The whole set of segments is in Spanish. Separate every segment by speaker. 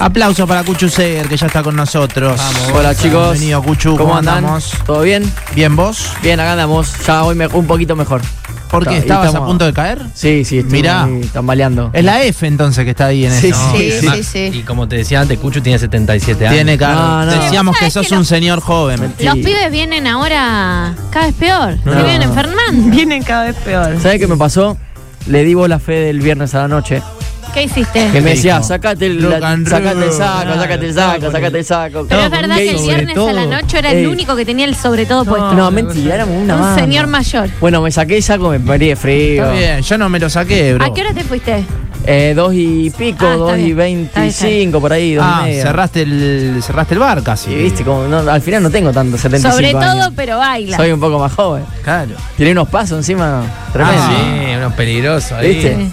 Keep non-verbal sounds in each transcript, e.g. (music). Speaker 1: Aplauso para Cuchu Seger, que ya está con nosotros.
Speaker 2: Hola chicos.
Speaker 1: Bienvenido, Cuchu.
Speaker 2: ¿Cómo, andan?
Speaker 1: andamos?
Speaker 2: ¿Todo bien?
Speaker 1: ¿Bien vos?
Speaker 2: Bien, acá andamos. Ya hoy me- un poquito mejor.
Speaker 1: ¿Por qué?
Speaker 2: Está-
Speaker 1: ¿Estabas a
Speaker 2: estamos-
Speaker 1: punto de caer?
Speaker 2: Sí, sí, estoy
Speaker 1: Mirá.
Speaker 2: ahí tambaleando.
Speaker 1: Es la F entonces que está ahí en (laughs)
Speaker 2: Sí,
Speaker 1: eso.
Speaker 2: sí.
Speaker 3: y
Speaker 4: Sí,
Speaker 3: además-
Speaker 4: sí, sí.
Speaker 3: Y como te decía antes, Cucho tiene 77 años. Ah,
Speaker 1: Tiene cara.
Speaker 2: No, no.
Speaker 1: Decíamos que
Speaker 4: ¿Sabes
Speaker 1: sos
Speaker 4: que
Speaker 1: un
Speaker 4: lo-
Speaker 1: señor joven.
Speaker 2: Mentira.
Speaker 4: Los pibes vienen ahora cada vez peor.
Speaker 2: No.
Speaker 4: Se vienen enfermando.
Speaker 5: Vienen cada vez peor.
Speaker 2: ¿Sabes qué me pasó? Le di la fe del viernes a la noche.
Speaker 4: ¿Qué hiciste?
Speaker 2: Que me
Speaker 1: te
Speaker 2: decía,
Speaker 1: dijo?
Speaker 2: sacate el,
Speaker 1: Rock
Speaker 2: la-
Speaker 1: and
Speaker 2: sacate el
Speaker 1: roll.
Speaker 2: saco,
Speaker 1: Claro,
Speaker 2: sacate el
Speaker 1: estaba
Speaker 2: saco,
Speaker 1: con
Speaker 2: sacate
Speaker 1: el-
Speaker 2: el saco.
Speaker 4: Pero
Speaker 2: No,
Speaker 4: es verdad que el
Speaker 1: sobre
Speaker 4: viernes a la
Speaker 1: todo.
Speaker 4: noche era
Speaker 2: Ey.
Speaker 4: el único que tenía el sobre todo puesto.
Speaker 2: eh, no, mentira, éramos una
Speaker 4: Un
Speaker 2: banda.
Speaker 4: señor mayor.
Speaker 2: Bueno, me saqué el saco, me morí de frío.
Speaker 1: Está bien, yo no me lo saqué, bro.
Speaker 4: ¿A qué hora te fuiste?
Speaker 2: Eh, dos y pico,
Speaker 4: Ah, está
Speaker 2: dos y
Speaker 4: bien, está bien, está bien.
Speaker 2: veinticinco, por ahí, dos
Speaker 1: Ah,
Speaker 2: y media.
Speaker 1: cerraste el, cerraste el bar casi.
Speaker 2: Y viste, como, no, al final no tengo tanto, 75
Speaker 4: Sobre
Speaker 2: años.
Speaker 4: todo, pero baila.
Speaker 2: Soy un poco más joven.
Speaker 1: Claro.
Speaker 2: Tiene unos pasos encima, tremendo.
Speaker 3: Ah, sí, unos peligrosos ahí.
Speaker 2: ¿Viste?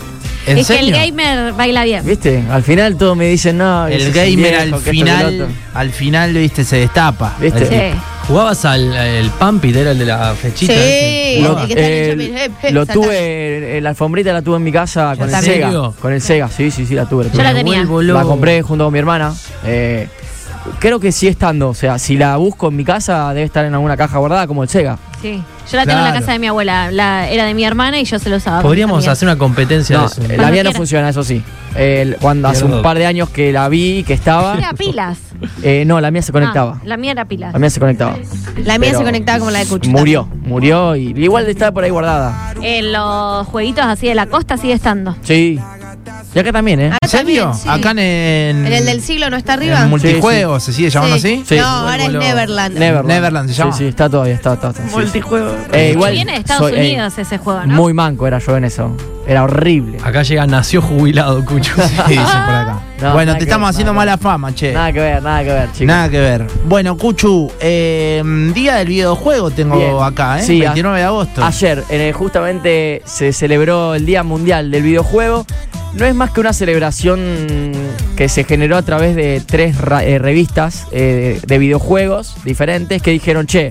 Speaker 1: ¿En
Speaker 4: es
Speaker 1: serio?
Speaker 4: que el gamer baila bien.
Speaker 2: ¿Viste? Al final todos me dicen, no, que
Speaker 1: El
Speaker 2: sos
Speaker 1: gamer al
Speaker 2: viejo, que esto, que lo
Speaker 1: final,
Speaker 2: otro.
Speaker 1: al final, viste, se destapa.
Speaker 2: ¿Viste?
Speaker 4: Sí.
Speaker 3: ¿Jugabas al el Pumpit? Era el de la fechita. ese?
Speaker 4: Sí,
Speaker 2: Lo,
Speaker 4: el que está
Speaker 2: eh,
Speaker 4: hecho, mira, eh, pe-
Speaker 2: lo
Speaker 4: saltá.
Speaker 2: tuve, eh, la alfombrita la tuve en mi casa con el
Speaker 3: también.
Speaker 2: Sega.
Speaker 3: ¿En serio?
Speaker 2: Con el Sega, sí, sí, sí, la tuve.
Speaker 4: Yo
Speaker 2: tuve.
Speaker 4: la tenía.
Speaker 3: Vuelvo
Speaker 2: La
Speaker 3: loco.
Speaker 2: compré junto con mi hermana. eh, creo que sí estando, o sea, si la busco en mi casa debe estar en alguna caja guardada como el Sega.
Speaker 4: Sí. Yo la tengo en la
Speaker 1: Claro.
Speaker 4: casa de mi abuela. La, era de mi hermana y yo se lo usaba.
Speaker 3: Podríamos
Speaker 4: También.
Speaker 3: hacer una competencia
Speaker 2: No,
Speaker 3: de eso.
Speaker 2: eh, la
Speaker 4: Cuando
Speaker 2: mía no
Speaker 4: quiera.
Speaker 2: funciona, eso sí. El- cuando hace
Speaker 3: Pierdo.
Speaker 2: un par de años que la vi, que estaba,
Speaker 4: Era pilas.
Speaker 2: eh, no, la mía se (laughs) conectaba.
Speaker 4: Ah, la mía era pilas.
Speaker 2: La mía se conectaba.
Speaker 5: La mía
Speaker 2: Pero
Speaker 5: se conectaba como la de Cucho.
Speaker 2: Murió, murió y igual está por ahí guardada.
Speaker 4: En los jueguitos así de la costa sigue estando.
Speaker 2: Sí. Y acá también, ¿eh?
Speaker 5: Acá
Speaker 1: ¿En serio?
Speaker 5: también, sí.
Speaker 1: Acá en,
Speaker 5: en el del siglo no está arriba.
Speaker 1: en multijuego, ¿se sigue llamando
Speaker 5: Sí.
Speaker 1: así?
Speaker 2: Sí.
Speaker 5: No, ahora es
Speaker 3: Vuelvo loco.
Speaker 5: Neverland.
Speaker 2: Neverland.
Speaker 1: Neverland se llama.
Speaker 2: Sí, sí, está todavía, está, está. está, sí, sí.
Speaker 5: Multijuego.
Speaker 2: Eh,
Speaker 4: Viene de Estados
Speaker 2: soy, eh,
Speaker 4: Unidos ese juego, ¿no?
Speaker 2: Muy manco era yo en eso. Era horrible.
Speaker 1: Ah,
Speaker 3: Acá llega, nació jubilado, Cucho. (laughs)
Speaker 1: Sí, dicen por acá.
Speaker 2: Ah. No,
Speaker 1: bueno,
Speaker 2: nada
Speaker 1: te
Speaker 2: que
Speaker 1: estamos
Speaker 2: ver,
Speaker 1: haciendo
Speaker 2: nada que
Speaker 1: mala fama, che.
Speaker 2: Nada que ver, nada que ver, chicos.
Speaker 1: Nada que ver. Bueno, Cuchu, eh, día del videojuego tengo
Speaker 2: Bien.
Speaker 1: acá, ¿eh?
Speaker 2: Sí, a-
Speaker 1: 29 de agosto.
Speaker 2: Ayer, en el- justamente, se celebró el Día Mundial del Videojuego. No es más que una celebración que se generó a través de tres ra- eh, revistas eh, de videojuegos diferentes que dijeron, che,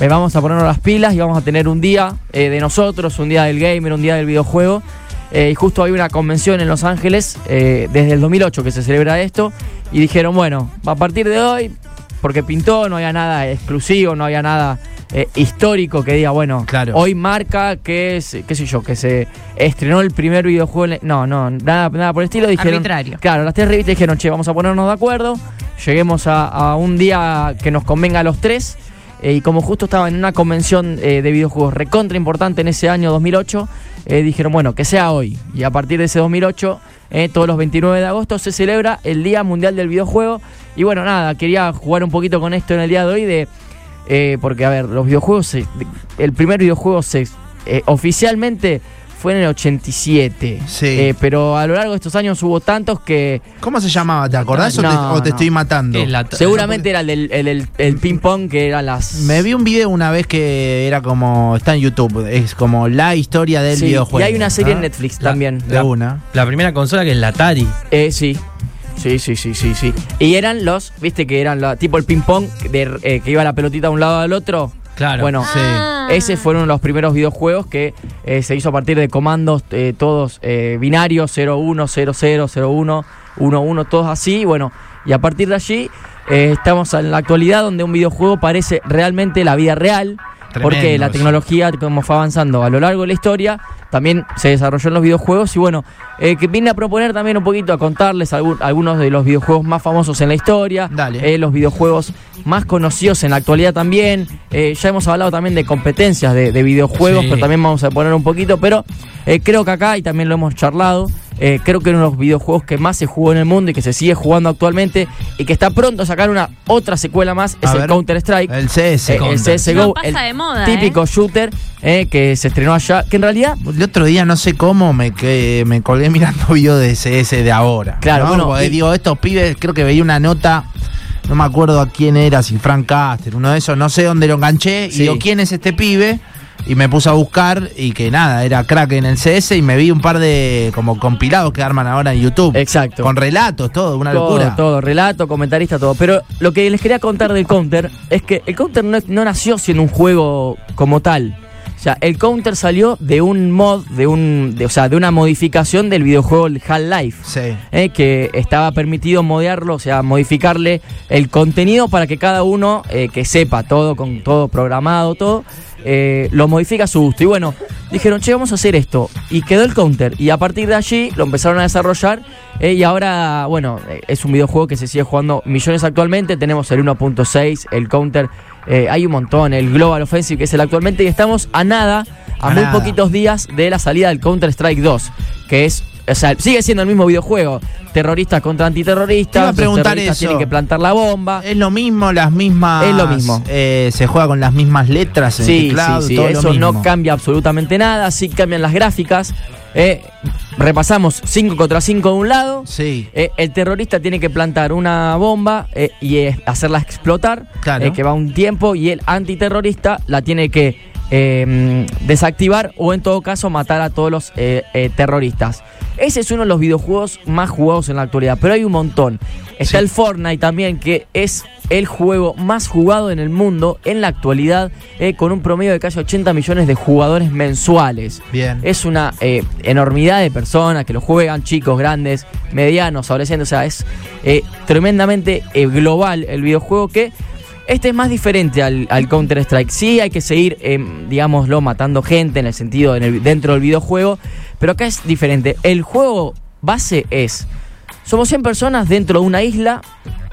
Speaker 2: eh, vamos a ponernos las pilas y vamos a tener un día eh, de nosotros, un día del gamer, un día del videojuego. Eh, y justo hay una convención en Los Ángeles eh, desde el 2008 que se celebra esto. Y dijeron, bueno, a partir de hoy, porque pintó, no había nada exclusivo, no había nada eh, histórico que diga, bueno,
Speaker 1: Claro.
Speaker 2: hoy marca que es, qué sé yo, que se estrenó el primer videojuego. en la- No, no, nada, nada por el estilo. Dijeron,
Speaker 5: Arbitrario.
Speaker 2: Claro, las tres revistas dijeron, che, vamos a ponernos de acuerdo, lleguemos a, a un día que nos convenga a los tres. Eh, y como justo estaba en una convención eh, de videojuegos recontra importante en ese año 2008, eh, dijeron, bueno, que sea hoy. Y a partir de ese 2008, eh, todos los 29 de agosto se celebra el Día Mundial del Videojuego. Y bueno, nada, quería jugar un poquito con esto en el día de hoy de... eh, porque, a ver, los videojuegos, se- el primer videojuego se, eh, oficialmente fue en el 87.
Speaker 1: Sí.
Speaker 2: Eh, pero a lo largo de estos años hubo tantos que
Speaker 1: ¿Cómo se llamaba? ¿Te acordás o te- o
Speaker 2: Ah, No,
Speaker 1: te,
Speaker 2: no.
Speaker 1: estoy matando?
Speaker 3: Es la-
Speaker 2: seguramente era el, del- el, el- el ping-pong que era las...
Speaker 1: Me vi un video una vez que era como. Está en YouTube. Es como la historia del
Speaker 2: Sí,
Speaker 1: videojuego. Ah,
Speaker 2: Y hay una serie
Speaker 1: ¿no?
Speaker 2: en Netflix
Speaker 3: La-
Speaker 2: también.
Speaker 1: De una.
Speaker 3: La primera consola que es la Atari.
Speaker 2: Eh, sí. Sí, sí, sí, sí, sí. Y eran los, viste que eran la- tipo el ping-pong de, eh, que iba la pelotita de un lado al otro.
Speaker 3: Claro.
Speaker 2: Bueno,
Speaker 4: Sí. Ah.
Speaker 2: esos fueron los primeros videojuegos que eh, se hizo a partir de comandos eh, todos eh, binarios, 01, 00, 01, 11, todos así. y Bueno, y a partir de allí eh, estamos en la actualidad donde un videojuego parece realmente la vida real. porque
Speaker 1: Tremendo,
Speaker 2: la
Speaker 1: sí.
Speaker 2: tecnología, como fue avanzando a lo largo de la historia, también se desarrolló en los videojuegos. Y bueno, eh, que vine a proponer también un poquito, a contarles algún- algunos de los videojuegos más famosos en la historia.
Speaker 1: Dale.
Speaker 2: eh, los videojuegos más conocidos en la actualidad también. Eh, ya hemos hablado también de competencias de, de videojuegos,
Speaker 3: Sí.
Speaker 2: pero también vamos a poner un poquito. Pero eh, creo que acá, y también lo hemos charlado, eh, creo que uno de los videojuegos que más se jugó en el mundo y que se sigue jugando actualmente y que está pronto a sacar una otra secuela más
Speaker 1: A
Speaker 2: es
Speaker 1: ver.
Speaker 2: el Counter-Strike.
Speaker 1: El CS.
Speaker 2: Eh, el
Speaker 4: No
Speaker 2: CSGO,
Speaker 4: pasa
Speaker 2: el
Speaker 4: de moda,
Speaker 2: típico shooter eh, que se estrenó allá, que en realidad,
Speaker 1: El otro día no sé cómo me que me colgué (laughs) mirando videos de CS de ahora.
Speaker 2: Claro,
Speaker 1: ¿no?
Speaker 2: bueno,
Speaker 1: Porque
Speaker 2: y-
Speaker 1: digo, estos pibes, creo que veía una nota, no me acuerdo a quién era, si Frank Caster, uno de esos, no sé dónde lo enganché,
Speaker 2: Sí.
Speaker 1: y digo, ¿quién es este pibe? Y me puse a buscar y que nada, era crack en el CS y me vi un par de como compilados que arman ahora en YouTube.
Speaker 2: Exacto.
Speaker 1: Con relatos, todo, una
Speaker 2: todo,
Speaker 1: locura.
Speaker 2: todo, relato, comentarista, todo. Pero lo que les quería contar del Counter es que el Counter no, no nació siendo un juego como tal, sea, el Counter salió de un mod, de un, de- o sea, de una modificación del videojuego Half-Life.
Speaker 1: Sí.
Speaker 2: eh, que estaba permitido modearlo, o sea, modificarle el contenido para que cada uno eh, que sepa todo, con todo programado, todo, eh, lo modifica a su gusto. Y bueno, dijeron, che, vamos a hacer esto. Y quedó el counter. Y a partir de allí lo empezaron a desarrollar. eh, y ahora, bueno, eh, es un videojuego que se sigue jugando millones actualmente. Tenemos el 1.6, el counter. eh, hay un montón, el Global Offensive que es el actualmente y estamos a nada, a,
Speaker 1: A
Speaker 2: muy
Speaker 1: nada.
Speaker 2: poquitos días de la salida del Counter Strike 2, que es, o sea, sigue siendo el mismo videojuego, terroristas contra
Speaker 1: Te
Speaker 2: antiterroristas,
Speaker 1: iba a
Speaker 2: los
Speaker 1: preguntar
Speaker 2: terroristas
Speaker 1: eso. Eh,
Speaker 2: tienen que plantar la bomba.
Speaker 1: Es lo mismo, las mismas.
Speaker 2: Es lo mismo.
Speaker 1: eh, se juega con las mismas letras en el
Speaker 2: Sí,
Speaker 1: teclado,
Speaker 2: sí, sí,
Speaker 1: todo lo
Speaker 2: eso
Speaker 1: mismo.
Speaker 2: no cambia absolutamente nada, sí cambian las gráficas. eh, repasamos 5 contra 5 de un lado.
Speaker 1: Sí.
Speaker 2: eh, el terrorista tiene que plantar una bomba eh, y eh, hacerla explotar,
Speaker 1: Claro.
Speaker 2: eh, que va un tiempo, y el antiterrorista la tiene que eh, mm, desactivar o en todo caso matar a todos los eh, eh, terroristas. Ese es uno de los videojuegos más jugados en la actualidad, pero hay un montón. Está
Speaker 1: Sí.
Speaker 2: el Fortnite también, que es el juego más jugado en el mundo en la actualidad, eh, con un promedio de casi 80 millones de jugadores mensuales.
Speaker 1: Bien.
Speaker 2: Es una eh, enormidad de personas que lo juegan, chicos, grandes, medianos, adolescentes. O sea, es eh, tremendamente eh, global el videojuego que. Este es más diferente al, Counter Strike. Sí, hay que seguir, eh, digámoslo, matando gente en el sentido en el- dentro del videojuego, pero acá es diferente. El juego base es somos 100 personas dentro de una isla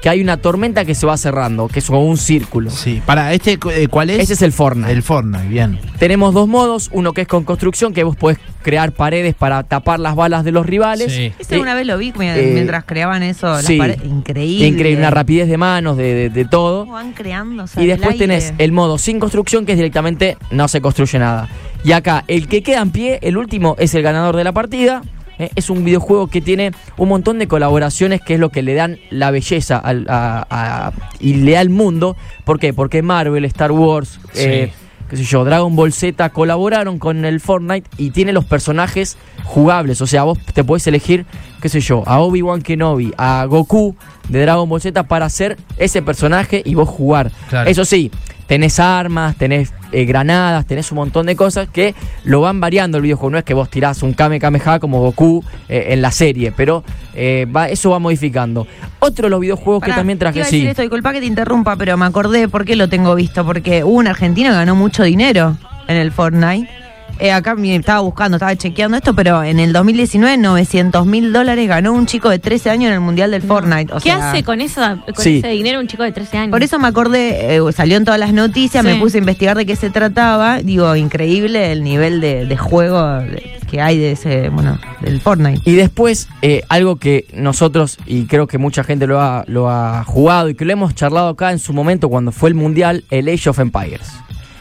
Speaker 2: que hay una tormenta que se va cerrando, que es como un círculo.
Speaker 1: Sí. Para, ¿este cu- eh, cuál es?
Speaker 2: Ese es el Fortnite.
Speaker 1: El Fortnite, bien.
Speaker 2: Tenemos dos modos, uno que es con construcción, que vos podés crear paredes para tapar las balas de los rivales.
Speaker 3: Sí.
Speaker 6: Ese una vez lo vi mi-
Speaker 2: Eh,
Speaker 6: mientras creaban eso. las
Speaker 2: sí.
Speaker 6: paredes. Increíble.
Speaker 2: Increíble, una rapidez de manos, de, de- de todo.
Speaker 6: ¿Cómo van creando? o sea,
Speaker 2: Y
Speaker 6: del
Speaker 2: después
Speaker 6: aire.
Speaker 2: tenés el modo sin construcción, que es directamente no se construye nada. Y acá, el que queda en pie, el último, es el ganador de la partida. Eh, es un videojuego que tiene un montón de colaboraciones, que es lo que le dan la belleza al, a- a- y le da al mundo. ¿Por qué? Porque Marvel, Star Wars,
Speaker 3: Sí.
Speaker 2: eh, qué sé yo, Dragon Ball Z colaboraron con el Fortnite y tiene los personajes jugables. O sea, vos te podés elegir, qué sé yo, a Obi-Wan Kenobi, a Goku de Dragon Ball Z para hacer ese personaje y vos jugar.
Speaker 3: Claro.
Speaker 2: Eso sí, tenés armas, tenés eh, granadas, tenés un montón de cosas que lo van variando el videojuego. No es que vos tirás un Kame Kameha como Goku eh, en la serie, pero eh, va, eso va modificando. Otro de los videojuegos
Speaker 6: Pará,
Speaker 2: que también
Speaker 6: te
Speaker 2: traje,
Speaker 6: iba a decir
Speaker 2: sí.
Speaker 6: esto, disculpa que te interrumpa, pero me acordé porque lo tengo visto. Porque hubo un argentino que ganó mucho dinero en el Fortnite. Eh, acá me estaba buscando, estaba chequeando esto, pero en el 2019 900 mil dólares ganó un chico de 13 años en el Mundial del Fortnite. O
Speaker 4: ¿Qué
Speaker 6: sea,
Speaker 4: hace con, esa, con
Speaker 2: Sí.
Speaker 4: ese dinero un chico de 13 años?
Speaker 6: Por eso me acordé, eh, salió en todas las noticias,
Speaker 4: Sí.
Speaker 6: me puse a investigar de qué se trataba. Digo, increíble el nivel de, de juego de- que hay de ese, bueno, del Fortnite.
Speaker 2: Y después, eh, algo que nosotros, y creo que mucha gente lo ha, lo ha jugado y que lo hemos charlado acá en su momento cuando fue el Mundial, el Age of Empires.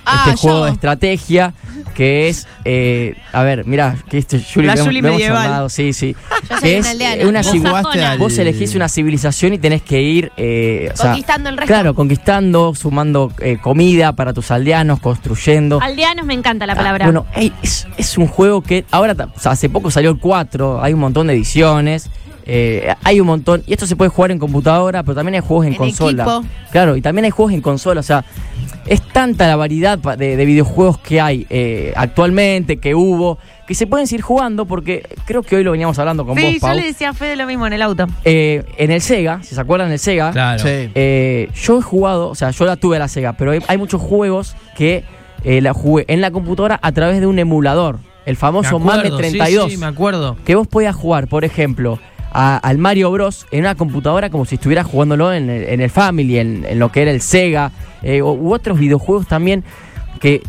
Speaker 5: Ah,
Speaker 2: este juego
Speaker 5: yo.
Speaker 2: de estrategia que es, eh, a ver, mira, que este Yuri,
Speaker 6: La
Speaker 2: lo hemos-
Speaker 6: Yuri
Speaker 2: lo hemos
Speaker 6: medieval.
Speaker 2: hablado, sí, sí.
Speaker 5: Yo soy una
Speaker 2: Que es,
Speaker 5: aldeana.
Speaker 2: eh, una
Speaker 4: Vos
Speaker 2: civi-
Speaker 4: sos
Speaker 1: jugaste al-
Speaker 2: Vos elegís una civilización y tenés que ir eh, o sea,
Speaker 5: Conquistando el resto.
Speaker 2: Claro, conquistando, sumando eh, comida para tus aldeanos, construyendo.
Speaker 4: Aldeanos me encanta la palabra.
Speaker 2: Ah, Bueno, ey, es, es un juego que ahora, ta- o sea, hace poco salió el 4, hay un montón de ediciones, eh, hay un montón, y esto se puede jugar en computadora, pero también hay juegos en,
Speaker 5: En
Speaker 2: consola.
Speaker 5: equipo.
Speaker 2: Claro, y también hay juegos en consola, o sea, es tanta la variedad pa- de, de videojuegos que hay eh, actualmente, que hubo, que se pueden seguir jugando, porque creo que hoy lo veníamos hablando con vos,
Speaker 6: Sí, yo
Speaker 2: Pau.
Speaker 6: le decía a Fede lo mismo en el auto.
Speaker 2: Eh, en el Sega, si se acuerdan del Sega,
Speaker 3: Claro.
Speaker 1: Sí.
Speaker 2: eh, yo he jugado, o sea, yo la tuve a la Sega, pero hay, hay muchos juegos que eh, la jugué en la computadora a través de un emulador, el
Speaker 3: Me
Speaker 2: famoso MAME
Speaker 3: acuerdo, sí,
Speaker 2: 32,
Speaker 3: Sí, me acuerdo.
Speaker 2: que vos podías jugar, por ejemplo, a- al Mario Bros. en una computadora como si estuvieras jugándolo en el, en el Family, en, en lo que era el Sega, eh, u u otros videojuegos también que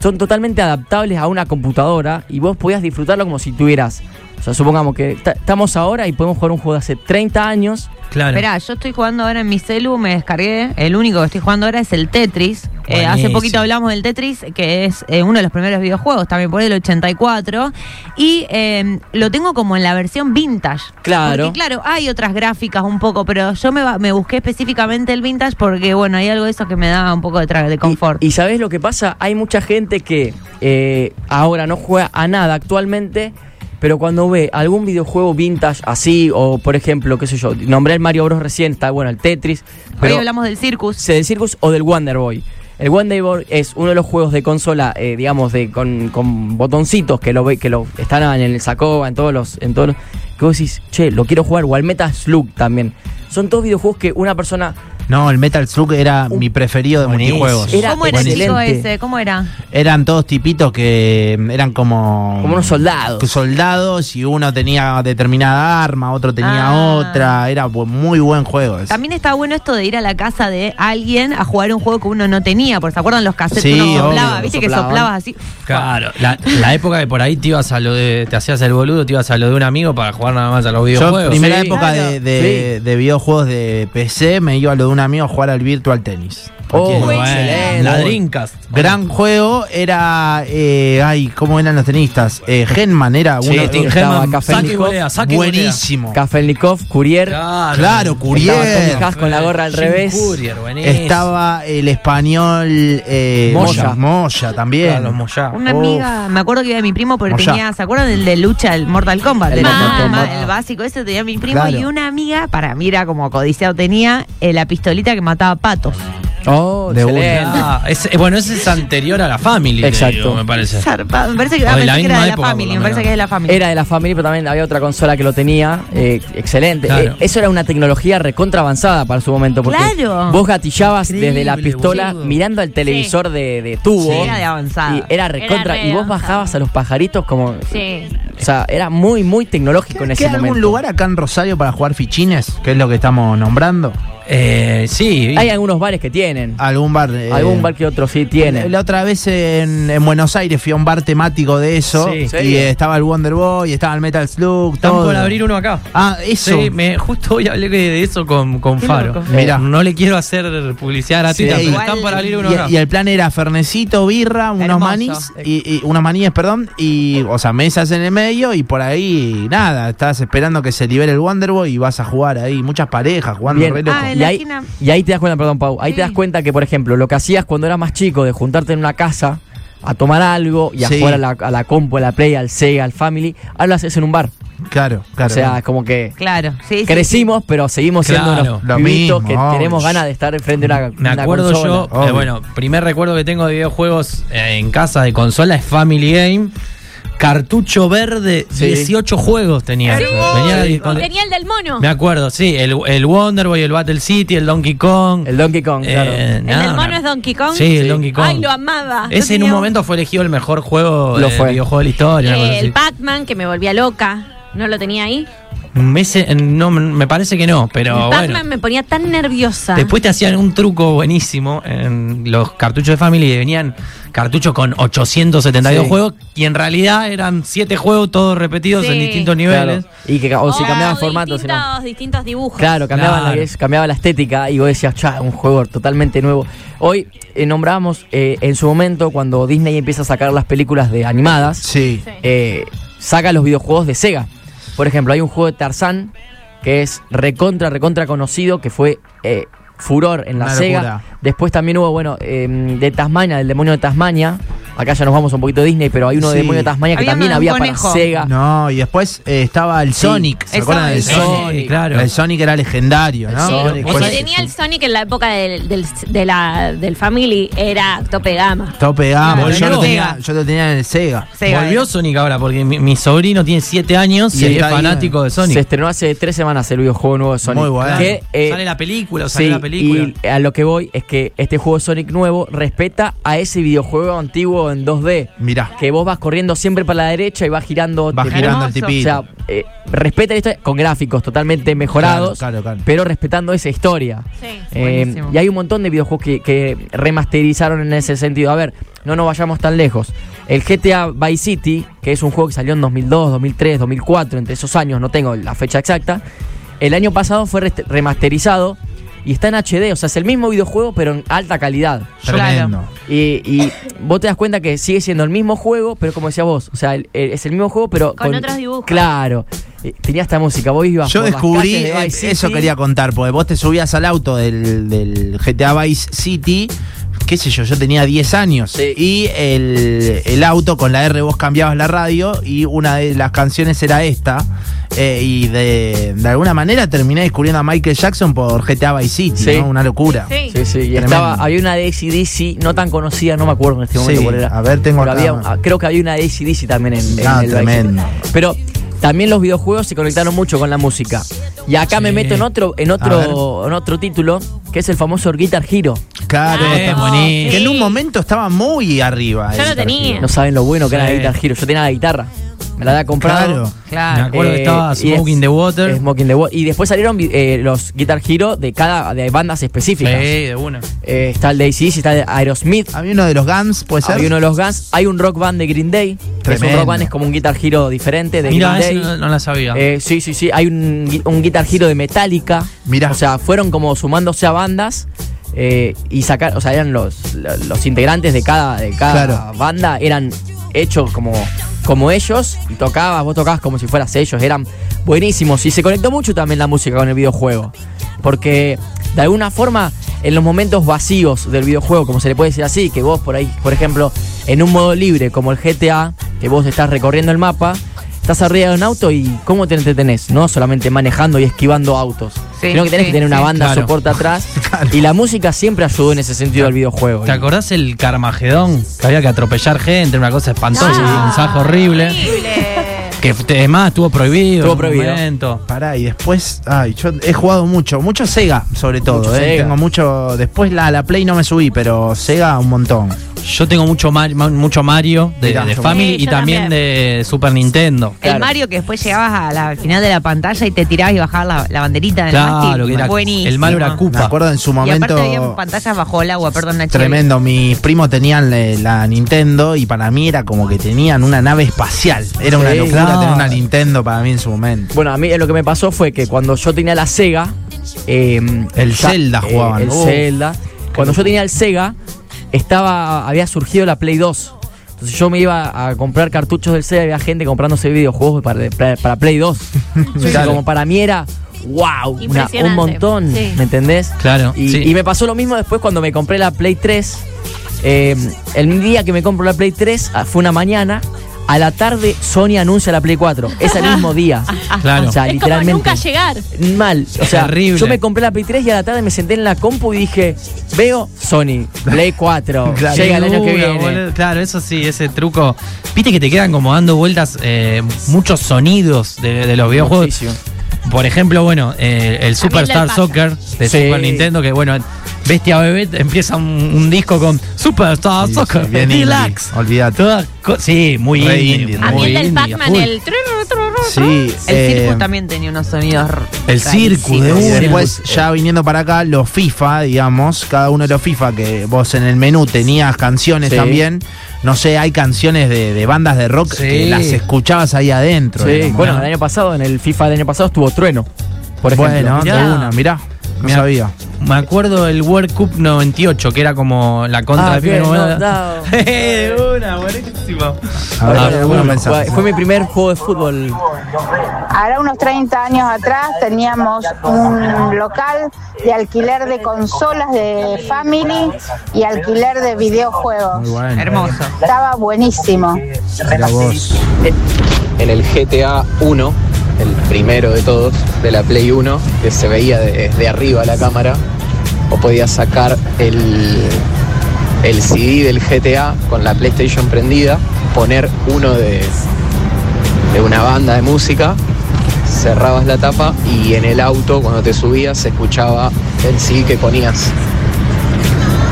Speaker 2: son totalmente adaptables a una computadora y vos podías disfrutarlo como si tuvieras. O sea, supongamos que ta- estamos ahora y podemos jugar un juego de hace 30 años.
Speaker 3: Claro.
Speaker 6: Esperá, yo estoy jugando ahora en mi celu, me descargué. El único que estoy jugando ahora es el Tetris. Eh, hace
Speaker 3: Buenísimo.
Speaker 6: poquito hablamos del Tetris, que es eh, uno de los primeros videojuegos, también por el 84. Y eh, lo tengo como en la versión vintage.
Speaker 2: Claro.
Speaker 6: Porque, claro, hay otras gráficas un poco, pero yo me, va- me busqué específicamente el vintage porque, bueno, hay algo de eso que me da un poco de, tra- de confort.
Speaker 2: Y, y sabes lo que pasa? Hay mucha gente que eh, ahora no juega a nada actualmente, pero cuando ve algún videojuego vintage así, o por ejemplo, qué sé yo, nombré el Mario Bros recién, está bueno el Tetris,
Speaker 6: Hoy
Speaker 2: pero
Speaker 6: hablamos del Circus.
Speaker 2: se del Circus o del Wonder Boy. El One Day Board es uno de los juegos de consola, eh, digamos, de con, con botoncitos que lo ve- que lo están en el Sacoba, en todos los, en todos los- que vos decís, che, lo quiero jugar, o al Meta Slug también. Son todos videojuegos que una persona
Speaker 1: No, el Metal Slug era mi preferido de
Speaker 3: buenísimo.
Speaker 1: multijuegos.
Speaker 2: Era
Speaker 6: ¿Cómo era el chico
Speaker 2: excelente.
Speaker 6: ese? ¿Cómo era?
Speaker 1: Eran todos tipitos que mm, eran como.
Speaker 2: Como unos soldados.
Speaker 1: Soldados y uno tenía determinada arma, otro tenía
Speaker 6: Ah.
Speaker 1: otra. Era bu- muy buen juego. ese.
Speaker 6: También está bueno esto de ir a la casa de alguien a jugar un juego que uno no tenía, porque se acuerdan los cassettes
Speaker 1: Sí,
Speaker 6: que uno
Speaker 1: obvio,
Speaker 6: soplaba, viste que
Speaker 2: soplaban.
Speaker 6: soplabas así.
Speaker 3: Claro, la, la época que por ahí te ibas a lo de, te hacías el boludo, te ibas a lo de un amigo para jugar nada más a los
Speaker 1: Yo,
Speaker 3: videojuegos.
Speaker 1: primera
Speaker 2: Sí.
Speaker 1: época
Speaker 6: Claro.
Speaker 1: de, de- de videojuegos de PC, me iba a lo de un amigo a jugar al Virtual Tennis.
Speaker 2: Oh,
Speaker 1: Aquí-
Speaker 3: Muy bueno.
Speaker 2: excelente.
Speaker 3: La Dreamcast.
Speaker 1: Gran juego era. eh, ay, ¿cómo eran los tenistas? Eh, Henman era
Speaker 3: Sí,
Speaker 1: uno.
Speaker 3: Sting
Speaker 2: estaba
Speaker 3: Herman,
Speaker 2: Café
Speaker 3: saque y
Speaker 2: Nico.
Speaker 3: volea, saque y volea.
Speaker 1: buenísimo.
Speaker 2: Kafelnikov, Courier,
Speaker 3: Claro,
Speaker 1: Claro,
Speaker 2: Estaba Tommy
Speaker 1: Curiel.
Speaker 2: Haas con la gorra al
Speaker 3: Jim
Speaker 2: revés.
Speaker 3: Courier, buenísimo.
Speaker 1: Estaba el español eh,
Speaker 2: Moya.
Speaker 1: Moya también.
Speaker 3: Claro, los Moyá.
Speaker 6: Una
Speaker 1: Uf.
Speaker 6: amiga, me acuerdo que iba mi primo porque
Speaker 1: Como ya.
Speaker 6: tenía, ¿se acuerdan del de lucha, el Mortal Kombat?
Speaker 2: El
Speaker 6: El,
Speaker 4: Mortal
Speaker 2: Kombat.
Speaker 6: el básico, ese tenía mi primo
Speaker 1: Claro.
Speaker 6: y una amiga, para mí era como codiciado, tenía eh, la pistolita que mataba patos.
Speaker 2: Oh,
Speaker 1: De
Speaker 2: excelente.
Speaker 3: Ah, es- bueno, ese es anterior a la Family, te
Speaker 2: Exacto.
Speaker 3: digo, me parece.
Speaker 6: Zarpado, Me parece que, ah,
Speaker 3: O de la
Speaker 6: pensé que
Speaker 3: misma
Speaker 6: era de la
Speaker 3: época, por
Speaker 6: familia,
Speaker 3: lo
Speaker 6: me parece
Speaker 3: menos.
Speaker 6: que es de la familia.
Speaker 2: Era de la familia, pero también había otra consola que lo tenía. eh, excelente.
Speaker 3: Claro.
Speaker 2: Eh, eso era una tecnología recontra avanzada para su momento. Porque
Speaker 6: Claro.
Speaker 2: vos gatillabas
Speaker 3: Increíble,
Speaker 2: desde la pistola
Speaker 3: boludo.
Speaker 2: mirando al televisor de, de tubo.
Speaker 6: Sí, era de avanzada.
Speaker 2: Y era recontra.
Speaker 4: Era re
Speaker 2: y vos
Speaker 4: avanzada.
Speaker 2: bajabas a los pajaritos como.
Speaker 4: Sí.
Speaker 2: O sea, era muy, muy tecnológico en
Speaker 1: ¿Queda
Speaker 2: ese
Speaker 1: algún
Speaker 2: momento.
Speaker 1: lugar acá en Rosario para jugar fichines? Que es lo que estamos nombrando.
Speaker 3: Eh, sí,
Speaker 2: Hay algunos bares que tienen.
Speaker 1: Algún bar. eh,
Speaker 2: Algún bar que otro sí tiene.
Speaker 1: La otra vez en, en Buenos Aires fui a un bar temático de eso.
Speaker 3: Sí.
Speaker 1: y
Speaker 2: ¿Serio?
Speaker 1: eh, estaba el Wonder Boy, estaba el Metal Slug.
Speaker 3: están
Speaker 1: todo.
Speaker 3: por abrir uno acá.
Speaker 1: Ah, eso.
Speaker 3: Sí, me, justo hoy hablé que- de eso con, con Faro.
Speaker 1: Mirá.
Speaker 3: Eh, No le quiero hacer publicidad gratuita,
Speaker 1: Sí.
Speaker 3: pero
Speaker 1: Igual-
Speaker 3: están para abrir uno acá.
Speaker 1: Y, y el plan era fernecito, birra, unos
Speaker 6: Hermoso.
Speaker 1: manís, y, y- unos maníes, perdón, y, o sea, mesas en el medio y por ahí nada, estás esperando que se libere el Wonderboy y vas a jugar ahí, muchas parejas jugando
Speaker 2: Bien.
Speaker 1: re loco.
Speaker 6: Ah, en
Speaker 2: y,
Speaker 6: la
Speaker 2: ahí,
Speaker 6: esquina.
Speaker 2: y ahí te das cuenta, perdón, Pau, ahí te das cuenta que, por ejemplo, lo que hacías cuando eras más chico de juntarte en una casa a tomar algo y a
Speaker 1: Sí.
Speaker 2: jugar a la, a la compu, a la play, al Sega, al Family, ahora lo haces en un bar.
Speaker 1: Claro, claro.
Speaker 2: O sea, es como que
Speaker 6: Claro, sí, sí,
Speaker 2: crecimos, pero seguimos siendo
Speaker 3: Claro.
Speaker 2: unos
Speaker 1: Lo
Speaker 2: pibitos
Speaker 1: mismo,
Speaker 2: que
Speaker 1: ay,
Speaker 2: tenemos ganas de estar enfrente de una
Speaker 3: Me
Speaker 2: una
Speaker 3: acuerdo
Speaker 2: consola.
Speaker 3: yo, eh,
Speaker 1: Obvio.
Speaker 3: bueno, primer recuerdo que tengo de videojuegos eh, en casa de consola es Family Game. Cartucho verde,
Speaker 2: Sí.
Speaker 3: 18 juegos tenía. yo. Venía con-
Speaker 4: Tenía el del mono.
Speaker 3: me acuerdo, sí, el, el Wonderboy, el Battle City, el Donkey Kong.
Speaker 2: El Donkey Kong,
Speaker 3: eh,
Speaker 2: claro.
Speaker 4: El
Speaker 3: nada,
Speaker 4: del mono
Speaker 3: una-
Speaker 4: es Ah, Donkey Kong.
Speaker 3: Sí, el Donkey Kong.
Speaker 4: Ay, lo amaba.
Speaker 3: Ese en un momento fue elegido el mejor juego,
Speaker 2: Lo
Speaker 3: eh,
Speaker 2: fue.
Speaker 3: videojuego de la historia. una cosa
Speaker 4: Eh,
Speaker 3: así.
Speaker 4: el Pac-Man, que me volvía loca. No lo tenía ahí.
Speaker 3: Ese, eh, no, me parece que no, pero
Speaker 4: el
Speaker 3: bueno.
Speaker 4: Pac-Man me ponía tan nerviosa.
Speaker 3: Después te hacían un truco buenísimo en los cartuchos de Family y venían cartuchos con 872
Speaker 2: Sí.
Speaker 3: juegos y en realidad eran 7 juegos todos repetidos en
Speaker 4: Sí.
Speaker 3: distintos niveles.
Speaker 2: Claro. Y que, ca- o si
Speaker 4: Oh,
Speaker 2: cambiaban formato, si no.
Speaker 4: distintos, distintos dibujos.
Speaker 2: Claro, cambiaban
Speaker 3: Claro.
Speaker 2: la- es- cambiaba la estética y vos decías, chá, un juego totalmente nuevo. Hoy eh, nombramos eh, en su momento cuando Disney empieza a sacar las películas de animadas,
Speaker 1: sí.
Speaker 2: eh, saca los videojuegos de Sega. Por ejemplo, hay un juego de Tarzán que es recontra, recontra conocido, que fue eh, furor en la
Speaker 1: Una
Speaker 2: Sega.
Speaker 1: locura.
Speaker 2: Después también hubo, bueno, em, de Tasmania, del demonio de Tasmania. Acá ya nos vamos un poquito a Disney, pero hay uno
Speaker 1: Sí.
Speaker 2: de demonio de Tasmania que
Speaker 6: Había
Speaker 2: también
Speaker 6: uno de
Speaker 2: había
Speaker 6: un
Speaker 2: para
Speaker 6: conejo.
Speaker 2: Sega.
Speaker 1: No, y después eh, estaba el Sonic, ¿se
Speaker 6: El
Speaker 1: acuerdan del
Speaker 6: Sonic.
Speaker 1: Sonic?
Speaker 3: Sí, claro.
Speaker 1: El Sonic era legendario, ¿no?
Speaker 4: Sí,
Speaker 3: Sonic,
Speaker 4: porque
Speaker 3: pues-
Speaker 4: tenía el Sonic en la época del, del, de la, del Family, era tope gama.
Speaker 1: Tope gama,
Speaker 3: Volvió.
Speaker 1: yo, lo tenía, yo lo tenía en el Sega.
Speaker 6: sí. Sega
Speaker 3: Volvió
Speaker 6: era.
Speaker 3: Sonic ahora porque mi, mi sobrino tiene 7 años
Speaker 1: Y
Speaker 3: y, es
Speaker 1: está ahí,
Speaker 3: fanático de Sonic.
Speaker 2: Se estrenó hace tres semanas el videojuego nuevo de Sonic.
Speaker 1: Muy bueno.
Speaker 2: que, eh,
Speaker 3: sale la película, sale
Speaker 2: sí,
Speaker 3: la película.
Speaker 2: Y a lo que voy es que este juego Sonic nuevo respeta a ese videojuego antiguo en 2D.
Speaker 1: Mirá,
Speaker 2: Que vos vas corriendo siempre para la derecha y vas girando.
Speaker 1: va
Speaker 2: te-
Speaker 1: girando el
Speaker 6: hermoso.
Speaker 2: O
Speaker 1: tipito.
Speaker 2: sea, eh, respeta la historia con gráficos totalmente mejorados,
Speaker 1: Claro, claro, claro.
Speaker 2: pero respetando esa historia.
Speaker 4: Sí.
Speaker 2: Eh,
Speaker 6: Buenísimo.
Speaker 2: y hay un montón de videojuegos que, que remasterizaron en ese sentido. A ver, no nos vayamos tan lejos. El GTA Vice City, que es un juego que salió en 2002, 2003, 2004, entre esos años, no tengo la fecha exacta. El año pasado fue rest- remasterizado y está en HD, o sea, es el mismo videojuego pero en alta calidad.
Speaker 1: Tremendo.
Speaker 2: Y,
Speaker 4: (laughs)
Speaker 2: y vos te das cuenta que sigue siendo el mismo juego, pero como decías vos, o sea, el- el- es el mismo juego, pero
Speaker 4: Con otros dibujos.
Speaker 2: Claro. Eh, Tenía esta música, vos ibas
Speaker 1: Yo
Speaker 2: por las
Speaker 1: descubrí,
Speaker 2: calles de
Speaker 1: eh,
Speaker 2: Vice
Speaker 1: eso
Speaker 2: City.
Speaker 1: quería contar, porque vos te subías al auto del, del GTA Vice City, qué sé yo, yo tenía 10 años.
Speaker 2: Sí.
Speaker 1: Y el, el auto con la R vos cambiabas la radio y una de las canciones era esta. eh, y de, de alguna manera terminé descubriendo a Michael Jackson por GTA Vice City,
Speaker 2: Sí.
Speaker 1: ¿no? Una locura.
Speaker 5: Sí.
Speaker 2: Sí, sí, y
Speaker 1: Tremendo.
Speaker 2: estaba, había una de ACDC no tan conocida, no me acuerdo en este momento
Speaker 1: Sí,
Speaker 2: cuál era.
Speaker 1: a ver, tengo
Speaker 2: Pero
Speaker 1: acá.
Speaker 2: había- ah, creo que había una de ACDC también en, en
Speaker 1: Ah,
Speaker 2: el Vice City.
Speaker 1: tremendo.
Speaker 2: Pero también los videojuegos se conectaron mucho con la música. Y acá me
Speaker 3: Sí.
Speaker 2: meto en otro, en otro, en otro título, que es el famoso Guitar Hero.
Speaker 1: Claro,
Speaker 4: Ah,
Speaker 1: está-
Speaker 3: buenísimo.
Speaker 1: que en un
Speaker 4: sí.
Speaker 1: momento estaba muy arriba.
Speaker 4: Yo
Speaker 1: el
Speaker 4: lo tenía.
Speaker 1: perfil.
Speaker 2: No saben lo bueno que era
Speaker 3: Sí.
Speaker 2: el Guitar Hero. Yo tenía la guitarra. Me la había comprado.
Speaker 1: Claro.
Speaker 3: Me
Speaker 6: Claro.
Speaker 3: acuerdo que
Speaker 2: Eh,
Speaker 3: estaba
Speaker 2: y
Speaker 3: Smoking
Speaker 2: es-
Speaker 3: the Water.
Speaker 2: Smoking the Water. Y después salieron eh, los Guitar Hero de cada de bandas
Speaker 3: Sí,
Speaker 2: específicas.
Speaker 3: de una.
Speaker 2: Eh, está el de ACDC, está el de Aerosmith.
Speaker 1: Había uno de los Guns, puede ser.
Speaker 2: Hay uno de los Guns, hay un rock band de Green Day. que Es un
Speaker 1: Tremendo.
Speaker 2: rock band, es como un guitar giro diferente de
Speaker 3: Mira, esa
Speaker 2: Green
Speaker 3: no,
Speaker 2: Day.
Speaker 3: no la sabía.
Speaker 2: Eh, sí, sí, sí. Hay un, gui- un guitar giro de Metallica.
Speaker 1: Mirá.
Speaker 2: O sea, fueron como sumándose a bandas. eh, y sacar, o sea, eran los, los integrantes de cada, de cada
Speaker 1: Claro.
Speaker 2: banda, eran hechos como, como ellos, y tocabas, vos tocabas como si fueras ellos, eran buenísimos. Y se conectó mucho también la música con el videojuego. Porque de alguna forma, en los momentos vacíos del videojuego, como se le puede decir así, que vos por ahí, por ejemplo, en un modo libre como el GTA, que vos estás recorriendo el mapa, estás arriba de un auto y cómo te entretenés, no solamente manejando y esquivando autos.
Speaker 6: Sí,
Speaker 2: sino que tenés
Speaker 6: sí,
Speaker 2: que tener una
Speaker 6: sí.
Speaker 2: banda
Speaker 3: (laughs) Claro.
Speaker 2: soporte atrás. Y la música siempre ayudó en ese sentido al videojuego.
Speaker 3: ¿Te acordás el Carmagedón? Que había que atropellar gente, una cosa espantosa, un mensaje horrible.
Speaker 5: Horrible.
Speaker 3: Que f- además estuvo prohibido.
Speaker 2: Estuvo
Speaker 3: en un
Speaker 2: prohibido.
Speaker 3: momento.
Speaker 1: Pará, y después, ay, yo he jugado mucho, mucho Sega, sobre todo,
Speaker 2: Mucho
Speaker 1: eh,
Speaker 2: Sega.
Speaker 1: Tengo mucho, después la, la Play no me subí, pero Sega un montón.
Speaker 3: Yo tengo mucho, Mar- ma- mucho Mario de,
Speaker 1: Mirá,
Speaker 3: de
Speaker 1: yo-
Speaker 3: Family
Speaker 4: Sí,
Speaker 3: y
Speaker 4: yo
Speaker 3: también, de Super Nintendo.
Speaker 2: Claro.
Speaker 6: El Mario que después llegabas a la- al final de la pantalla y te tirabas y bajabas la, la banderita del
Speaker 3: Claro,
Speaker 6: mástil.
Speaker 3: que era,
Speaker 6: Buenísimo.
Speaker 3: el malo era
Speaker 1: Me
Speaker 3: Cupa.
Speaker 1: acuerdo en su
Speaker 6: Y aparte
Speaker 1: momento
Speaker 6: había pantallas bajo el agua, perdón, Nachi.
Speaker 1: tremendo. Mis primos tenían le- la Nintendo y para mí era como que tenían una nave espacial. Era una
Speaker 2: Sí,
Speaker 1: locura
Speaker 3: claro.
Speaker 1: tener una Nintendo para mí en su momento.
Speaker 2: Bueno, a mí eh, lo que me pasó fue que cuando yo tenía la Sega. eh,
Speaker 1: El
Speaker 2: ya- eh,
Speaker 1: Zelda jugaban.
Speaker 2: el
Speaker 1: Oh.
Speaker 2: Zelda. Cuando yo tenía el Sega, estaba, había surgido la Play 2. Entonces yo me iba a comprar cartuchos del Sega y había gente comprándose videojuegos para, para, para
Speaker 1: (laughs)
Speaker 2: Play 2. Entonces,
Speaker 1: Claro.
Speaker 2: como para mí era. ¡Wow! una- un
Speaker 4: Impresionante.
Speaker 2: montón.
Speaker 4: Sí.
Speaker 2: ¿Me entendés?
Speaker 3: Claro,
Speaker 2: Y,
Speaker 3: sí.
Speaker 2: y me pasó lo mismo después cuando me compré la Play 3. Eh, el día que me compro la Play 3 ah, fue una mañana. A la tarde Sony anuncia la Play 4. Es el mismo
Speaker 4: (laughs)
Speaker 2: día.
Speaker 3: Claro.
Speaker 2: O sea,
Speaker 4: es como
Speaker 2: literalmente.
Speaker 4: nunca llegar.
Speaker 2: Mal. O sea,
Speaker 3: Terrible.
Speaker 2: yo me compré la Play 3 y a la tarde me senté en la compu y dije, veo Sony,
Speaker 3: (laughs)
Speaker 2: Play 4.
Speaker 1: Claro.
Speaker 2: Llega el año que
Speaker 3: Seguro,
Speaker 2: viene.
Speaker 3: boludo. Claro, eso sí, ese truco. Viste que te quedan como dando vueltas eh, muchos sonidos de, de los videojuegos.
Speaker 2: Muchísimo.
Speaker 3: Por ejemplo, bueno, eh, el Superstar
Speaker 4: pasa.
Speaker 3: Soccer de
Speaker 2: Sí.
Speaker 3: Super Nintendo, que bueno, Bestia Bebé empieza un, un disco con Superstar
Speaker 1: Sí,
Speaker 3: Soccer
Speaker 1: sí, bien indie,
Speaker 3: Deluxe.
Speaker 1: olvídate.
Speaker 3: Toda co- sí, muy
Speaker 1: Re
Speaker 3: indie,
Speaker 1: indie,
Speaker 4: A
Speaker 1: Muy
Speaker 4: mí el del
Speaker 3: indie, a
Speaker 4: Pac-Man,
Speaker 3: full.
Speaker 4: el. tru, tru, tru, tru.
Speaker 1: Sí,
Speaker 6: El
Speaker 1: eh,
Speaker 6: circo también tenía unos sonidos. r-
Speaker 3: El circo de
Speaker 1: Y
Speaker 3: Sí,
Speaker 6: rarísimos.
Speaker 1: después,
Speaker 3: sí.
Speaker 1: ya viniendo para acá, los FIFA, digamos, cada uno de los FIFA que vos en el menú tenías canciones
Speaker 2: Sí.
Speaker 1: también. No sé, hay canciones de, de bandas de rock
Speaker 3: Sí.
Speaker 1: que las escuchabas ahí adentro.
Speaker 2: Sí,
Speaker 1: digamos,
Speaker 2: Bueno,
Speaker 1: ¿no?
Speaker 2: el año pasado, en el FIFA del año pasado, estuvo Trueno. Por ejemplo.
Speaker 1: bueno,
Speaker 3: Mirá.
Speaker 1: de una, mirá. No
Speaker 3: Mirá.
Speaker 1: sabía.
Speaker 3: Me acuerdo el World Cup 98, que era como la contra
Speaker 2: Ah,
Speaker 3: de FIFA,
Speaker 2: bien,
Speaker 3: como
Speaker 2: no,
Speaker 3: era-
Speaker 2: no.
Speaker 3: Eh, (laughs) de una, buenísimo.
Speaker 1: A ver, ¿eh?
Speaker 3: Ah,
Speaker 1: bueno,
Speaker 2: Bueno,
Speaker 1: pensás.
Speaker 2: fue mi primer juego de fútbol.
Speaker 7: Ahora unos 30 años atrás teníamos un local de alquiler de consolas de Family y alquiler de
Speaker 1: Muy
Speaker 7: videojuegos.
Speaker 1: bueno.
Speaker 6: Hermoso.
Speaker 7: Estaba buenísimo.
Speaker 1: Mirá vos.
Speaker 8: en el GTA 1, el primero de todos, de la Play 1, que se veía desde arriba la cámara, o podías sacar el, el CD del GTA con la PlayStation prendida, poner uno de, de una banda de música, cerrabas la tapa y en el auto cuando te subías se escuchaba el CD que ponías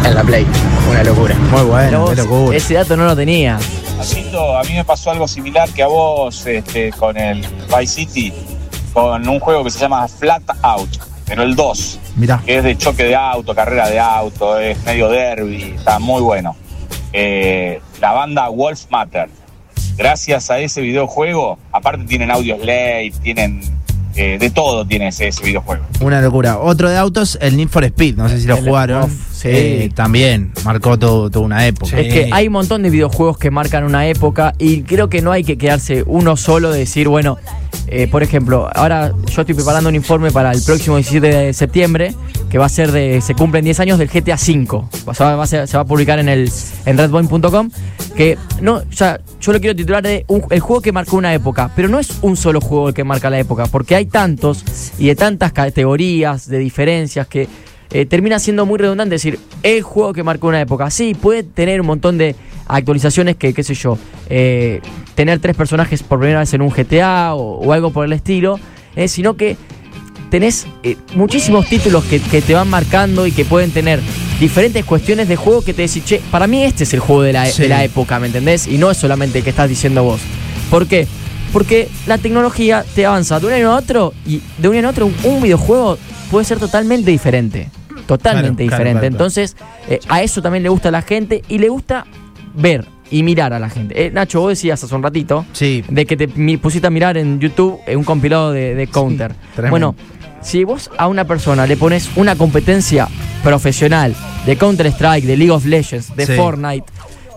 Speaker 8: en la Play. Una locura.
Speaker 1: Muy
Speaker 2: Mirá
Speaker 1: bueno,
Speaker 2: vos,
Speaker 1: qué locura.
Speaker 2: ese dato no lo tenía.
Speaker 9: Haciendo, a mí me pasó algo similar que a vos este, con el Vice City, con un juego que se llama Flat Out, pero el 2,
Speaker 1: Mirá.
Speaker 9: que es de choque de auto, carrera de auto, es medio derby, está muy bueno. Eh, la banda Wolf Matter, gracias a ese videojuego, aparte tienen audio slate, tienen eh, de todo tiene ese, ese videojuego.
Speaker 1: Una locura. Otro de autos, el Need for Speed. No sé si lo
Speaker 2: El-
Speaker 1: jugaron.
Speaker 2: uf, sí.
Speaker 1: Eh, también marcó todo- toda una época.
Speaker 3: Sí.
Speaker 2: Es que hay un montón de videojuegos que marcan una época y creo que no hay que quedarse uno solo de decir, bueno, eh, por ejemplo, ahora yo estoy preparando un informe para el próximo 17 de septiembre que va a ser de. Se cumplen 10 años del GTA V. Va- Se va, va a ser- se va a publicar en el en redboin.com. Que no, o sea, yo lo quiero titular de un- el juego que marcó una época. Pero no es un solo juego el que marca la época, porque hay tantos y de tantas categorías, de diferencias, que eh, termina siendo muy redundante decir el juego que marcó una época. Sí, puede tener un montón de actualizaciones que, qué sé yo, eh, tener tres personajes por primera vez en un GTA o, o algo por el estilo, eh, sino que tenés eh, muchísimos títulos que, que te van marcando y que pueden tener diferentes cuestiones de juego que te decís, che, para mí este es el juego de la,
Speaker 1: Sí.
Speaker 2: de la época, ¿me entendés? Y no es solamente el que estás diciendo vos. ¿Por qué? Porque la tecnología te avanza de un año a otro y de un año a otro un, un videojuego puede ser totalmente diferente. Totalmente
Speaker 1: Claro, claro, claro,
Speaker 2: diferente.
Speaker 1: claro.
Speaker 2: Entonces, eh, a eso también le gusta a la gente y le gusta ver y mirar a la gente. Eh, Nacho, vos decías hace un ratito
Speaker 1: Sí.
Speaker 2: de que te mi- pusiste a mirar en YouTube eh, un compilado de, de Counter.
Speaker 1: tremendo.
Speaker 2: bueno, si vos a una persona le pones una competencia profesional de Counter Strike, de League of Legends, de
Speaker 1: Sí.
Speaker 2: Fortnite,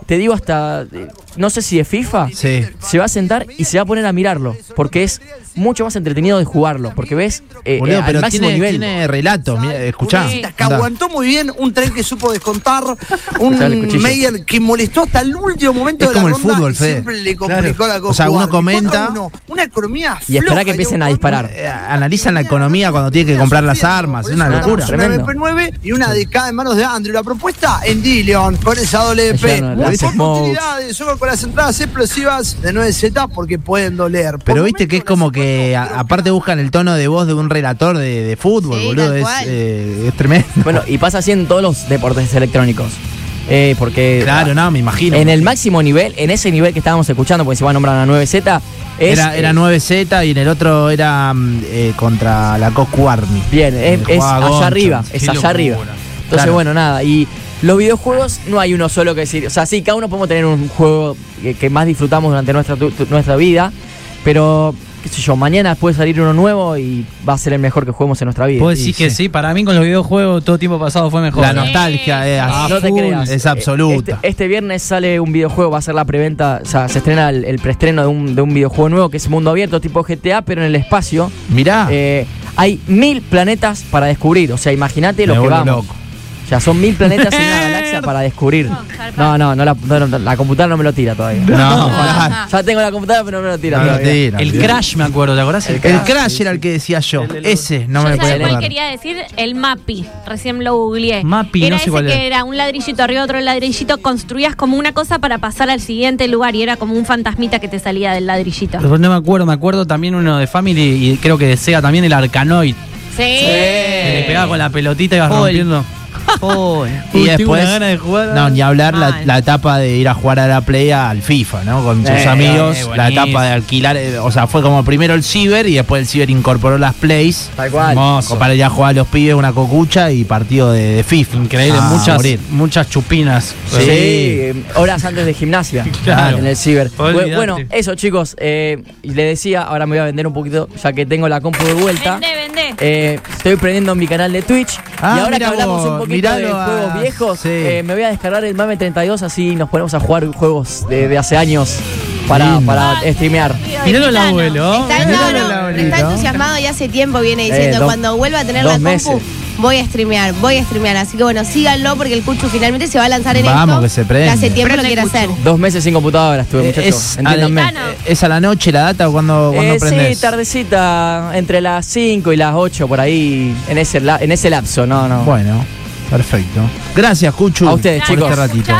Speaker 2: te digo hasta, eh, no sé si de FIFA,
Speaker 1: Sí.
Speaker 2: se va a sentar y se va a poner a mirarlo, porque es mucho más entretenido de jugarlo, porque ves eh,
Speaker 1: Boludo,
Speaker 2: eh, al
Speaker 1: pero
Speaker 2: máximo
Speaker 1: tiene,
Speaker 2: nivel.
Speaker 1: tiene relato. Mira, escuchá.
Speaker 10: que
Speaker 1: Andá.
Speaker 10: aguantó muy bien, un tren que supo descontar,
Speaker 2: Escuchá el
Speaker 10: un
Speaker 2: cuchillo.
Speaker 10: Meyer que molestó hasta el último momento
Speaker 1: Es
Speaker 10: de la
Speaker 1: como el
Speaker 10: ronda
Speaker 1: fútbol,
Speaker 10: y
Speaker 1: Fede.
Speaker 10: siempre le complicó
Speaker 1: Claro.
Speaker 10: la cosa.
Speaker 1: O sea, uno
Speaker 10: jugar.
Speaker 1: comenta-
Speaker 10: Y cuatro, uno, una economía
Speaker 2: Y esperá
Speaker 10: floja,
Speaker 2: que empiecen
Speaker 10: digo,
Speaker 2: a disparar.
Speaker 1: Eh, analizan la economía cuando tiene que comprar las armas. Es una
Speaker 10: Por eso
Speaker 1: locura.
Speaker 10: ganamos
Speaker 2: Tremendo.
Speaker 10: Una BP9 y una de cada en manos de Andrew. La propuesta en Dillion, con esa doble
Speaker 2: Es
Speaker 10: EP.
Speaker 2: llano, las
Speaker 10: Muchas
Speaker 2: smokes.
Speaker 10: oportunidades, solo con las entradas explosivas de 9Z porque pueden doler. Por
Speaker 1: Pero viste que es
Speaker 10: momentos,
Speaker 1: como
Speaker 10: las
Speaker 1: que
Speaker 10: encuentro,
Speaker 1: a-
Speaker 10: creo
Speaker 1: aparte buscan el tono de voz de un relator de, de fútbol,
Speaker 5: Sí,
Speaker 1: boludo.
Speaker 5: tal
Speaker 1: Es,
Speaker 5: cual.
Speaker 1: eh, es tremendo.
Speaker 2: Bueno, y pasa así en todos los deportes electrónicos. Eh, porque
Speaker 1: Claro, no, me imagino.
Speaker 2: en el máximo nivel, en ese nivel que estábamos escuchando, porque se va a nombrar a 9Z, es,
Speaker 1: era era
Speaker 2: eh,
Speaker 1: 9Z y en el otro era mm, eh, contra la Coscu Army.
Speaker 2: Bien, es,
Speaker 1: Que
Speaker 2: es
Speaker 1: jugaba
Speaker 2: allá
Speaker 1: Gonchon.
Speaker 2: arriba,
Speaker 1: Qué
Speaker 2: es allá
Speaker 1: locura.
Speaker 2: arriba. Entonces,
Speaker 1: Claro.
Speaker 2: bueno, nada, y los videojuegos no hay uno solo que decir. O sea, sí, cada uno podemos tener un juego que, que más disfrutamos durante nuestra, tu- tu- nuestra vida, pero, qué sé yo, mañana puede salir uno nuevo y va a ser el mejor que juguemos en nuestra vida.
Speaker 3: Puedo decir que sí, para mí con los videojuegos todo tiempo pasado fue mejor.
Speaker 1: La nostalgia eh,
Speaker 2: Ah,
Speaker 1: a
Speaker 2: no te
Speaker 1: full,
Speaker 2: creas.
Speaker 1: es
Speaker 2: Este,
Speaker 1: absoluta.
Speaker 2: este viernes sale un videojuego, va a ser la preventa, o sea, se estrena el, el preestreno de un, de un videojuego nuevo que es mundo abierto tipo GTA, pero en el espacio.
Speaker 1: Mirá,
Speaker 2: Eh, hay mil planetas para descubrir, o sea, imagínate
Speaker 1: me
Speaker 2: lo que
Speaker 1: vuelvo
Speaker 2: vamos.
Speaker 1: loco.
Speaker 2: O sea, son mil planetas en una galaxia para descubrir. No, no, no la, no, no, la computadora no me lo tira todavía.
Speaker 1: No,
Speaker 2: Ah, Ya tengo la computadora, pero no me lo tira
Speaker 1: No lo
Speaker 2: todavía.
Speaker 1: tira.
Speaker 3: El Crash, me acuerdo, ¿te acordás?
Speaker 2: El
Speaker 1: El
Speaker 2: Ah,
Speaker 1: Crash era el que decía yo. Ese no me lo podía
Speaker 4: Yo sabía cuál
Speaker 1: acordar.
Speaker 4: quería decir el mapi, recién lo googleé.
Speaker 3: Mapi,
Speaker 4: era
Speaker 3: no sé
Speaker 4: ese
Speaker 3: cuál
Speaker 4: que
Speaker 3: era.
Speaker 4: era un ladrillito arriba de otro ladrillito, construías como una cosa para pasar al siguiente lugar y era como un fantasmita que te salía del ladrillito.
Speaker 3: No me acuerdo, me acuerdo también uno de Family y creo que de Sega también el Arcanoid. Que le pegaba con la pelotita y ibas
Speaker 6: Paul.
Speaker 3: rompiendo. (laughs)
Speaker 1: Y después,
Speaker 3: ganas de jugar. ¿eh?
Speaker 1: no, ni hablar la,
Speaker 6: Mal.
Speaker 1: la etapa de ir a jugar a la Play al FIFA, ¿no? Con sus
Speaker 3: Eh,
Speaker 1: amigos,
Speaker 3: eh,
Speaker 1: la
Speaker 3: buenísimo.
Speaker 1: etapa de alquilar, eh, o sea, fue como primero el Ciber y después el Ciber incorporó las Plays
Speaker 2: Tal cual.
Speaker 3: Hermoso.
Speaker 1: para ir a jugar a los pibes una cocucha y partido de, de FIFA.
Speaker 3: Increíble,
Speaker 1: Ah,
Speaker 3: muchas,
Speaker 1: morir.
Speaker 3: muchas chupinas.
Speaker 2: Sí, eh, horas antes
Speaker 1: (laughs)
Speaker 2: de gimnasia
Speaker 3: Claro.
Speaker 2: en el ciber. Bu-
Speaker 3: Olvidate.
Speaker 2: Bueno, eso chicos, eh, y le decía, ahora me voy a vender un poquito, ya que tengo la compu de vuelta.
Speaker 4: Vendé, vendé.
Speaker 2: Eh, estoy prendiendo mi canal de Twitch.
Speaker 1: Ah,
Speaker 2: y ahora que
Speaker 1: mira
Speaker 2: hablamos
Speaker 1: vos,
Speaker 2: un poquito
Speaker 1: miralo
Speaker 2: de
Speaker 1: a-
Speaker 2: juegos viejos,
Speaker 1: sí.
Speaker 2: eh, me voy a descargar el Mame 32, así nos ponemos a jugar juegos de, de hace años para, para streamear.
Speaker 3: Miralo al abuelo.
Speaker 5: Está,
Speaker 1: Mirá
Speaker 5: no,
Speaker 1: lo Eh,
Speaker 5: no,
Speaker 1: laurito.
Speaker 5: está entusiasmado y hace tiempo viene diciendo,
Speaker 2: dos-
Speaker 5: cuando vuelva a tener
Speaker 2: dos
Speaker 5: la compu,
Speaker 2: meses.
Speaker 5: voy a streamear, voy a streamear. Así que bueno, síganlo porque el Cuchu finalmente se va a lanzar en
Speaker 1: Vamos,
Speaker 5: esto.
Speaker 1: que se prende.
Speaker 5: hace tiempo lo
Speaker 7: Prende,
Speaker 5: quiere
Speaker 7: Cuchu.
Speaker 5: hacer.
Speaker 2: Dos meses sin computadora estuve,
Speaker 1: Eh,
Speaker 2: muchachos.
Speaker 1: es, a
Speaker 2: Entiéndanme.
Speaker 1: la, es a la noche la data o cuando, cuando
Speaker 2: Eh,
Speaker 1: prendés.
Speaker 2: sí, tardecita, entre las 5 y las 8 por ahí, en ese, la- en ese lapso, no, no.
Speaker 1: Bueno, perfecto. Gracias, Cuchu.
Speaker 2: A ustedes,
Speaker 1: por
Speaker 2: chicos.
Speaker 1: Este ratito.